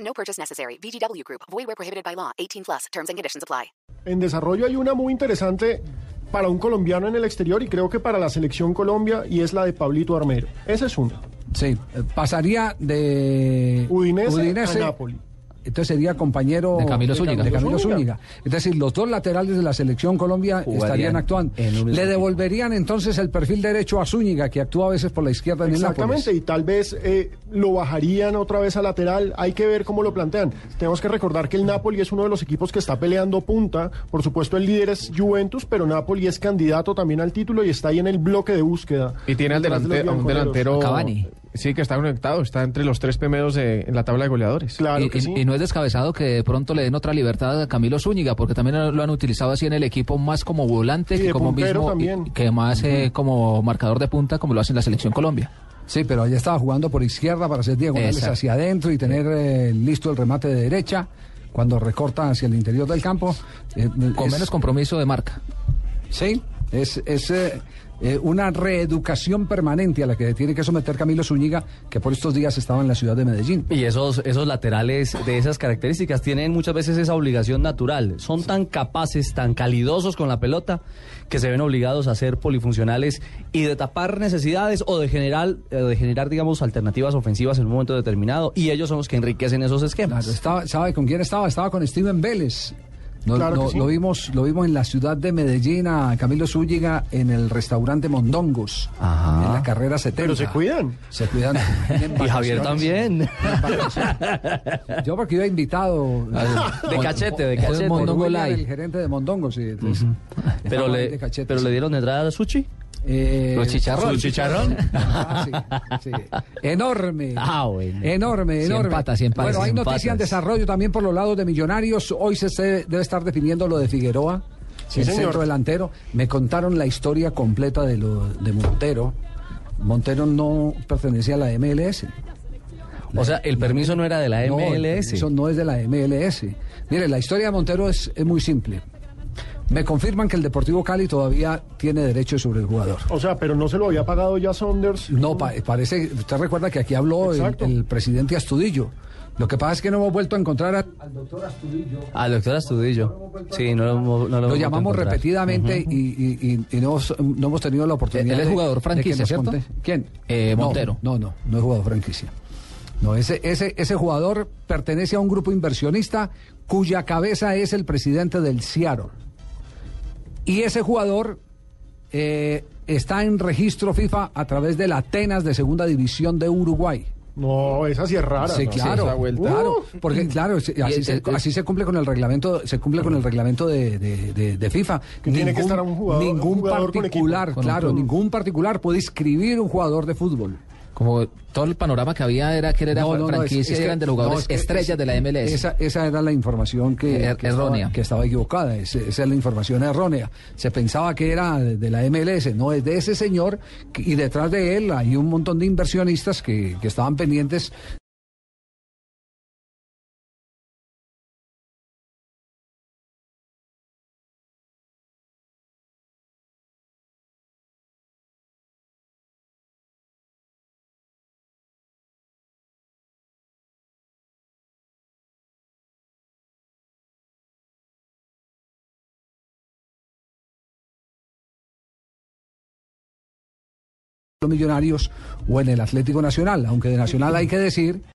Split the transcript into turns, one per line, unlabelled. No purchase necessary. VGW Group. Void where prohibited by law. 18 plus. Terms and conditions apply.
En desarrollo hay una muy interesante para un colombiano en el exterior y creo que para la selección Colombia y es la de Pablito Armero. Esa es una.
Sí, eh, pasaría de
Udinese, a Napoli.
Entonces sería compañero
De Camilo Zúñiga.
de Camilo
Zúñiga.
Zúñiga. Es decir, los dos laterales de la selección Colombia
Jugarían
estarían actuando.
en un mismo
Le devolverían entonces el perfil derecho a Zúñiga, que actúa a veces por la izquierda en el Nápoles.
Exactamente, y tal vez eh, lo bajarían otra vez a lateral. Hay que ver cómo lo plantean. Tenemos que recordar que el Napoli es uno de los equipos que está peleando punta. Por supuesto, el líder es Juventus, pero Napoli es candidato también al título y está ahí en el bloque de búsqueda.
Y tiene al
Detrás de los
delante- a un
bianconeros.
delantero.
Cavani.
Sí, que está conectado, está entre los tres primeros de- en la tabla de goleadores.
Claro
y,
que
y-
sí.
y no es descabezado que de pronto le den otra libertad a Camilo Zúñiga, porque también lo han utilizado así en el equipo más como volante
Y
que
de
como
puntero
mismo
también.
y- que más eh, como marcador de punta como lo hace en la selección Colombia.
Sí, pero allá estaba jugando por izquierda para hacer diagonales
Exacto.
hacia adentro y tener eh, listo el remate de derecha cuando recorta hacia el interior del campo. eh,
Con
es-
menos compromiso de marca.
Sí, es, es eh, eh, una reeducación permanente a la que tiene que someter Camilo Zúñiga, que por estos días estaba en la ciudad de Medellín.
Y esos, esos laterales de esas características tienen muchas veces esa obligación natural. Son tan capaces, tan calidosos con la pelota, que se ven obligados a ser polifuncionales y de tapar necesidades o de generar, eh, de generar digamos, alternativas ofensivas en un momento determinado. Y ellos son los que enriquecen esos esquemas.
Claro, estaba- ¿Sabe con quién estaba? Estaba con Steven Vélez. No-
Claro que
no-
sí.
lo, vimos, lo vimos en la ciudad de Medellín a Camilo Zúñiga en el restaurante Mondongos,
Ajá.
en la carrera 70.
Pero se cuidan.
Se cuidan.
Y Javier también.
Yo porque iba invitado. eh,
De
por-
cachete, de
por-
cachete.
por
Mondongo
William,
Live.
El gerente de Mondongos. sí, entonces,
Pero
estaba de
le,
cachete,
pero
sí.
le dieron entrada a Suchi.
Eh,
Los chicharrón.
¿Su chicharrón? Ah, sí, sí. Enorme.
Ah, bueno.
Enorme,
Cien
enorme.
patas, cien patas,
bueno, hay
cien
noticia
patas.
en desarrollo también por los lados de Millonarios. Hoy se se- debe estar definiendo lo de Figueroa, el
señor.
centro delantero. Me contaron la historia completa de lo de Montero. Montero no pertenecía a la MLS.
O sea, el permiso no era de la
No,
MLS.
eso no es de la MLS. Mire, la historia de Montero es, es muy simple. Me confirman que el Deportivo Cali todavía tiene derechos sobre el jugador.
O sea, pero no se lo había pagado ya Saunders.
No, pa- parece, usted recuerda que aquí habló el,
Exacto.
el presidente Astudillo. Lo que pasa es que no hemos vuelto a encontrar a- al doctor Astudillo.
Al Ah, doctor Astudillo. Sí, no lo, hemos- no lo
Lo
hemos
llamamos
encontrado.
repetidamente y, y- y- y no, os- no hemos tenido la oportunidad.
Eh, Él es
de-
jugador
de que
franquicia,
nos
¿cierto?
conte. ¿Quién?
Eh,
No,
Montero.
No, no, no es jugador franquicia. No, ese, ese, ese jugador pertenece a un grupo inversionista cuya cabeza es el presidente del Seattle. Y ese jugador eh, está en registro FIFA a través del Atenas de Segunda División de Uruguay.
No, esa sí es rara.
Sí,
¿no? Uh,
claro,
esa vuelta.
claro, porque claro, sí, así,
es-
se,
es-
así se cumple con el reglamento, se cumple con el reglamento de, de- de- de FIFA.
Que tiene que estar un jugador-
ningún
un jugador con
particular,
equipo,
con un
claro,
club.
ningún particular puede inscribir un jugador de fútbol.
Como todo el panorama que había era que él era
No, no, no, es-
franquicia
es
y
que-
eran de los jugadores
no, es que-
estrellas
es-
de la MLS.
Esa, esa era la información que,
Er-
que
errónea.
Estaba, que estaba equivocada, es- esa es la información errónea. Se pensaba que era de, de la MLS, no, es de ese señor que- y detrás de él hay un montón de inversionistas que, que estaban pendientes los millonarios o en el Atlético Nacional, aunque de Nacional hay que decir